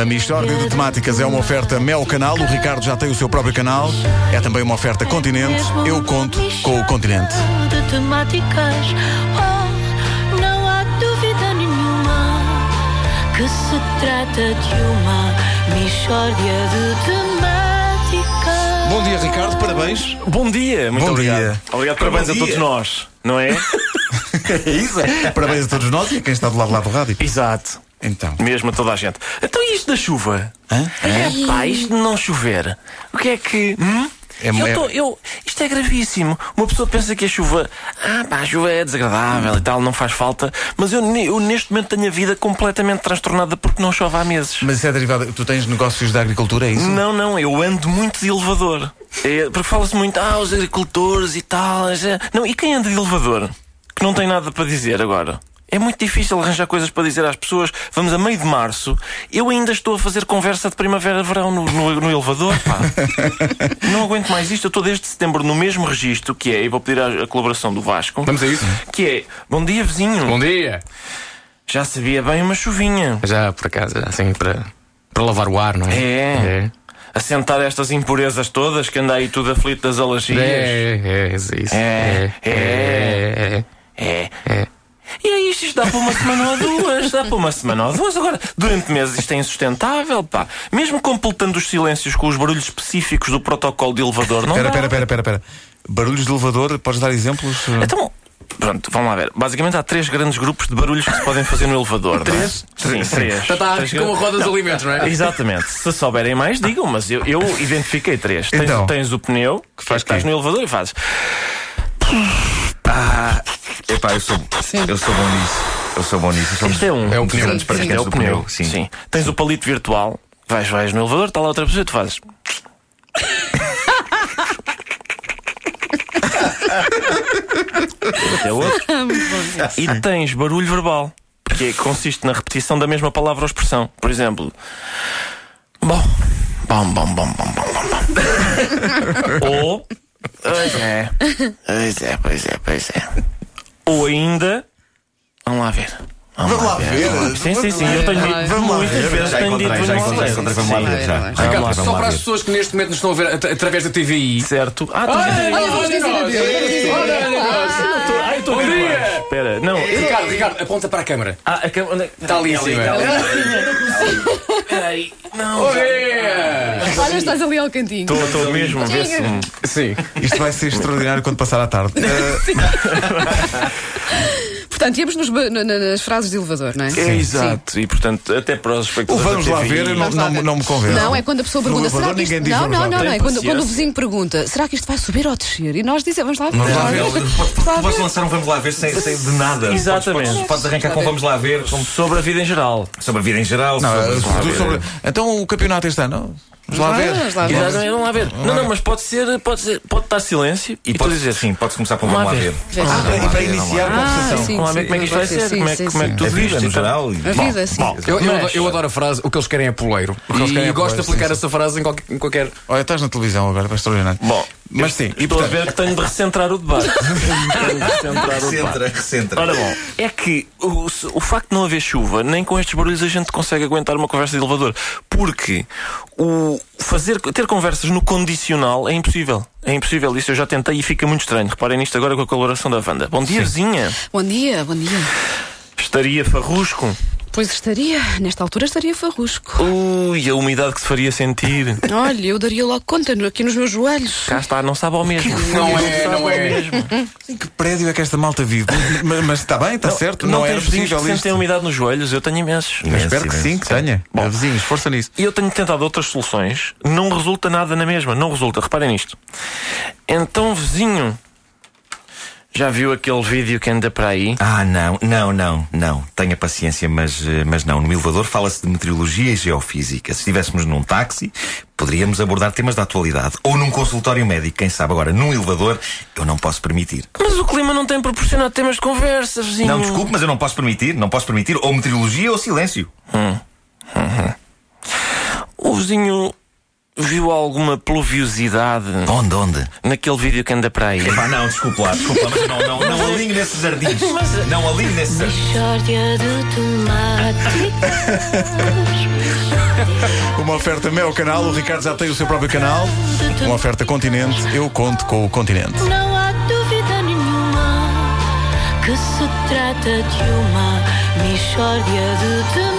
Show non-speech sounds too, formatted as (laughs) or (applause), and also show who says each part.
Speaker 1: A Mistórdia de Temáticas é uma oferta Mel Canal, o Ricardo já tem o seu próprio canal, é também uma oferta Continente, eu conto com o Continente.
Speaker 2: De temáticas, oh, não há dúvida nenhuma que se trata de uma Mistórdia de temáticas.
Speaker 3: Bom dia, Ricardo, parabéns.
Speaker 4: Bom dia, muito
Speaker 1: Bom
Speaker 4: obrigado.
Speaker 1: dia.
Speaker 4: Obrigado, parabéns
Speaker 3: Bom
Speaker 4: a todos
Speaker 3: dia.
Speaker 4: nós, não é?
Speaker 1: (laughs) Isso. é. Parabéns a todos nós e a quem está do lado lá do rádio.
Speaker 4: Exato.
Speaker 1: Então.
Speaker 4: Mesmo a toda a gente. Então e isto da chuva?
Speaker 1: Hã?
Speaker 4: É pá, isto de não chover. O que é que. hum?
Speaker 1: É-
Speaker 4: eu
Speaker 1: é-
Speaker 4: tô- eu- isto é gravíssimo. Uma pessoa pensa que a chuva. Ah, pá, a chuva é desagradável e tal, não faz falta. Mas eu, ne- eu neste momento tenho a vida completamente transtornada porque não chove há meses.
Speaker 1: Mas isso é derivado. Tu tens negócios da agricultura, é isso?
Speaker 4: Não, não, eu ando muito de elevador. É, porque fala-se muito, ah, os agricultores e tal. já- Não, e quem anda de elevador? Que não tem nada para dizer agora. É muito difícil arranjar coisas para dizer às pessoas. Vamos a meio de março. Eu ainda estou a fazer conversa de primavera-verão no, no- no elevador,
Speaker 5: (laughs)
Speaker 4: pá. não aguento mais isto. Eu estou desde setembro no mesmo registro, que é, e vou pedir a, a colaboração do Vasco.
Speaker 5: Vamos a isso.
Speaker 4: Que é, bom dia, vizinho.
Speaker 5: Bom dia.
Speaker 4: Já sabia bem uma chuvinha.
Speaker 5: Já por acaso, assim, para, para lavar o ar, não é?
Speaker 4: É.
Speaker 5: É.
Speaker 4: Assentar estas impurezas todas que anda aí tudo aflito das alergias.
Speaker 5: É, é, é isso. isso.
Speaker 4: É,
Speaker 5: é, é, é,
Speaker 4: É.
Speaker 5: é.
Speaker 4: E é isto, isto dá para uma semana ou duas, dá para uma semana ou duas. Agora, durante meses isto é insustentável, pá. Mesmo completando os silêncios com os barulhos específicos do protocolo de elevador, não
Speaker 1: Pera,
Speaker 4: dá.
Speaker 1: pera, pera, pera, pera. Barulhos de elevador, podes dar exemplos?
Speaker 4: Então, pronto, vamos lá ver. Basicamente há três grandes grupos de barulhos que se podem fazer no elevador. Três? Sim, três.
Speaker 5: Tá, tá,
Speaker 4: Três
Speaker 5: como a
Speaker 4: grandes-
Speaker 5: roda dos alimentos, não é?
Speaker 4: Exatamente. Se souberem mais, digam, mas eu, eu identifiquei três. Tens,
Speaker 1: Então.
Speaker 4: tens o pneu, que
Speaker 1: faz
Speaker 4: estás
Speaker 1: quê?
Speaker 4: no elevador e fazes.
Speaker 6: Ah, Epá, eu sou, eu sou bom nisso. Eu sou bom nisso. Eu sou
Speaker 4: Isto é um.
Speaker 5: É um pneu.
Speaker 6: Grandes
Speaker 4: Sim,
Speaker 6: parentes
Speaker 4: é o
Speaker 6: do
Speaker 4: pneu.
Speaker 6: pneu,
Speaker 4: Sim.
Speaker 6: sim.
Speaker 4: Tens o palito virtual, vais, vais no elevador, está lá outra pessoa e tu (laughs) fazes. Até É outro. E tens barulho verbal, que é- consiste na repetição da mesma palavra ou expressão. Por exemplo, bom, bom, bom, bom, bom, bom, bom, bom. (laughs) ou, pois é, pois é, pois é, pois é. Ou ainda, vamos lá ver. Vamos lá ver. Sim, sim, sim, eu tenho dito
Speaker 1: Vamos lá
Speaker 4: muitas
Speaker 1: ver.
Speaker 4: vezes,
Speaker 6: Já
Speaker 4: tenho dito
Speaker 6: encontrei, já encontrei,
Speaker 4: vamos lá ver.
Speaker 6: Sandra, vamos lá ver. Já. Vamos lá,
Speaker 5: Ricardo,
Speaker 6: vamos
Speaker 5: só
Speaker 6: lá
Speaker 5: para as
Speaker 6: ver.
Speaker 5: pessoas que neste momento nos estão a ver at- através da TVI.
Speaker 4: Certo. Ah, tu
Speaker 5: Olha, olha nós, olha nós.
Speaker 4: Ah, eu estou a
Speaker 5: Bom
Speaker 4: ver.
Speaker 5: dia.
Speaker 4: mais. Espera, não. eu-
Speaker 5: Ricardo, Ricardo, aponta para a câmara.
Speaker 4: Ah, a cama- onde é-
Speaker 5: Está ali em cima.
Speaker 4: Peraí. Não.
Speaker 5: Olha!
Speaker 7: Olha, estás ali ao cantinho.
Speaker 4: Estou, estou mesmo a ver se.
Speaker 5: Sim.
Speaker 1: Isto vai ser extraordinário quando passar à tarde. Eh,
Speaker 7: Portanto, íamos nos ba- na- na- nas frases de elevador, não é?
Speaker 4: É exato. E portanto, até para os
Speaker 1: o
Speaker 4: espectadores.
Speaker 1: vamos
Speaker 4: da
Speaker 1: lá
Speaker 4: TVI,
Speaker 1: ver, eu não,
Speaker 7: Vamos lá
Speaker 1: não,
Speaker 7: ver.
Speaker 1: não me convence.
Speaker 7: Não, é quando a pessoa
Speaker 1: No
Speaker 7: pergunta.
Speaker 1: elevador
Speaker 7: Será que
Speaker 1: ninguém
Speaker 7: isto...
Speaker 1: diz
Speaker 7: Não, não,
Speaker 1: verdade.
Speaker 7: não, não. É
Speaker 4: Tem
Speaker 7: quando,
Speaker 4: paciência.
Speaker 7: quando o vizinho pergunta: será que isto vai subir ou descer? E nós dizemos: vamos lá
Speaker 1: Vamos lá
Speaker 7: ver.
Speaker 1: ver.
Speaker 6: Podes lançar um Vamos Lá Ver sem, sem de nada.
Speaker 4: Exatamente.
Speaker 6: Podes, podes arrancar com Vamos Lá Ver, como
Speaker 4: Sobre a vida em geral.
Speaker 6: sobre a vida em geral.
Speaker 1: Não,
Speaker 6: sobre,
Speaker 1: eh, sobre- sobre- então o campeonato este ano? Vamos lá ver.
Speaker 7: Vamos lá ver.
Speaker 4: Exatamente, vamos lá ver. Não, não, mas pode ser, pode ser, pode estar silêncio e,
Speaker 6: E
Speaker 4: tu
Speaker 6: podes,
Speaker 4: dizer
Speaker 6: sim, podes começar com Vamos Lá Ver. Ah,
Speaker 7: Já está.
Speaker 6: Vamos lá
Speaker 1: Para
Speaker 6: ver, vamos lá
Speaker 1: iniciar
Speaker 6: ver.
Speaker 1: a conversação.
Speaker 7: Ah, sim,
Speaker 4: Como é,
Speaker 7: sim,
Speaker 4: como é que isto vai
Speaker 7: pode
Speaker 4: ser?
Speaker 7: sim,
Speaker 4: Como é,
Speaker 7: sim,
Speaker 4: como é
Speaker 7: sim.
Speaker 4: que tudo
Speaker 6: A vida
Speaker 4: isto
Speaker 6: no
Speaker 4: e tal.
Speaker 6: geral. e-
Speaker 7: A
Speaker 6: então. Bom,
Speaker 7: vida, sim.
Speaker 6: bom.
Speaker 5: Eu, eu
Speaker 4: Mas-
Speaker 5: adoro- eu adoro a frase, o que eles querem é poleiro.
Speaker 1: que eles
Speaker 5: e
Speaker 1: querem é
Speaker 5: gosto de
Speaker 1: poleiro,
Speaker 5: aplicar
Speaker 1: sim,
Speaker 5: essa frase em qualquer. Em qualquer...
Speaker 1: Olha, estás na televisão agora, vai extraordinário.
Speaker 4: Bom,
Speaker 1: mas sim,
Speaker 4: E
Speaker 1: e
Speaker 4: estou a
Speaker 1: portanto,
Speaker 4: ver que tenho de recentrar o (laughs) debate. tenho de recentrar o debate.
Speaker 6: Recentra, recentra.
Speaker 4: Ora bom, é que o, o facto de não haver chuva, nem com estes barulhos a gente consegue aguentar uma conversa de elevador. Porque o fazer, ter conversas no condicional é impossível. É impossível, isso eu já tentei e fica muito estranho. Reparem nisto agora com a colaboração da Wanda. Bom dia, vizinha.
Speaker 7: Bom dia, bom dia.
Speaker 4: Estaria farrusco.
Speaker 7: Pois estaria, nesta altura estaria farrusco.
Speaker 4: Ui, a umidade que se faria sentir.
Speaker 7: Olha, eu daria logo conta no- aqui nos meus joelhos.
Speaker 4: Cá está, não sabe ao mesmo.
Speaker 5: Não é,
Speaker 4: sabe
Speaker 5: não
Speaker 4: ao
Speaker 5: é.
Speaker 4: mesmo.
Speaker 1: em que prédio é que esta malta vive? (laughs) mas, mas está bem, está certo, não,
Speaker 4: tem
Speaker 1: era
Speaker 4: os vizinhos
Speaker 1: possível
Speaker 4: que sentem
Speaker 7: um
Speaker 1: isto.
Speaker 4: umidade nos joelhos, eu tenho imensos.
Speaker 1: Eu espero que sim, que tenha.
Speaker 4: Bom.
Speaker 1: Vizinhos, força nisso.
Speaker 4: E eu tenho tentado outras soluções, não resulta nada na mesma, não resulta. Reparem nisto. Então, vizinho, já viu aquele vídeo que anda para aí?
Speaker 6: Ah, não, não, não, não. Tenha paciência, mas, eh, mas não. No elevador fala-se de meteorologia e geofísica. Se estivéssemos num táxi, poderíamos abordar temas da atualidade. Ou num consultório médico, quem sabe. Agora, num elevador, eu não posso permitir.
Speaker 4: Mas o clima não tem proporcionado temas de conversa, vizinho.
Speaker 6: Não, desculpe, mas eu não posso permitir. Não posso permitir ou meteorologia ou silêncio.
Speaker 4: O vizinho viu alguma pluviosidade
Speaker 6: Onde, onde?
Speaker 4: naquele vídeo que anda para aí?
Speaker 6: Epá, não, desculpe lá, desculpe lá, mas não, não, não alinho nesses jardins. Não alinho nesses
Speaker 2: Mistórdia
Speaker 6: jardins.
Speaker 2: de temáticas.
Speaker 3: (laughs)
Speaker 1: Uma oferta Mel Canal, o Ricardo já tem o seu próprio canal. Uma oferta Continente, eu conto com o Continente.
Speaker 2: Não há dúvida nenhuma que se trata de uma mistória de temas.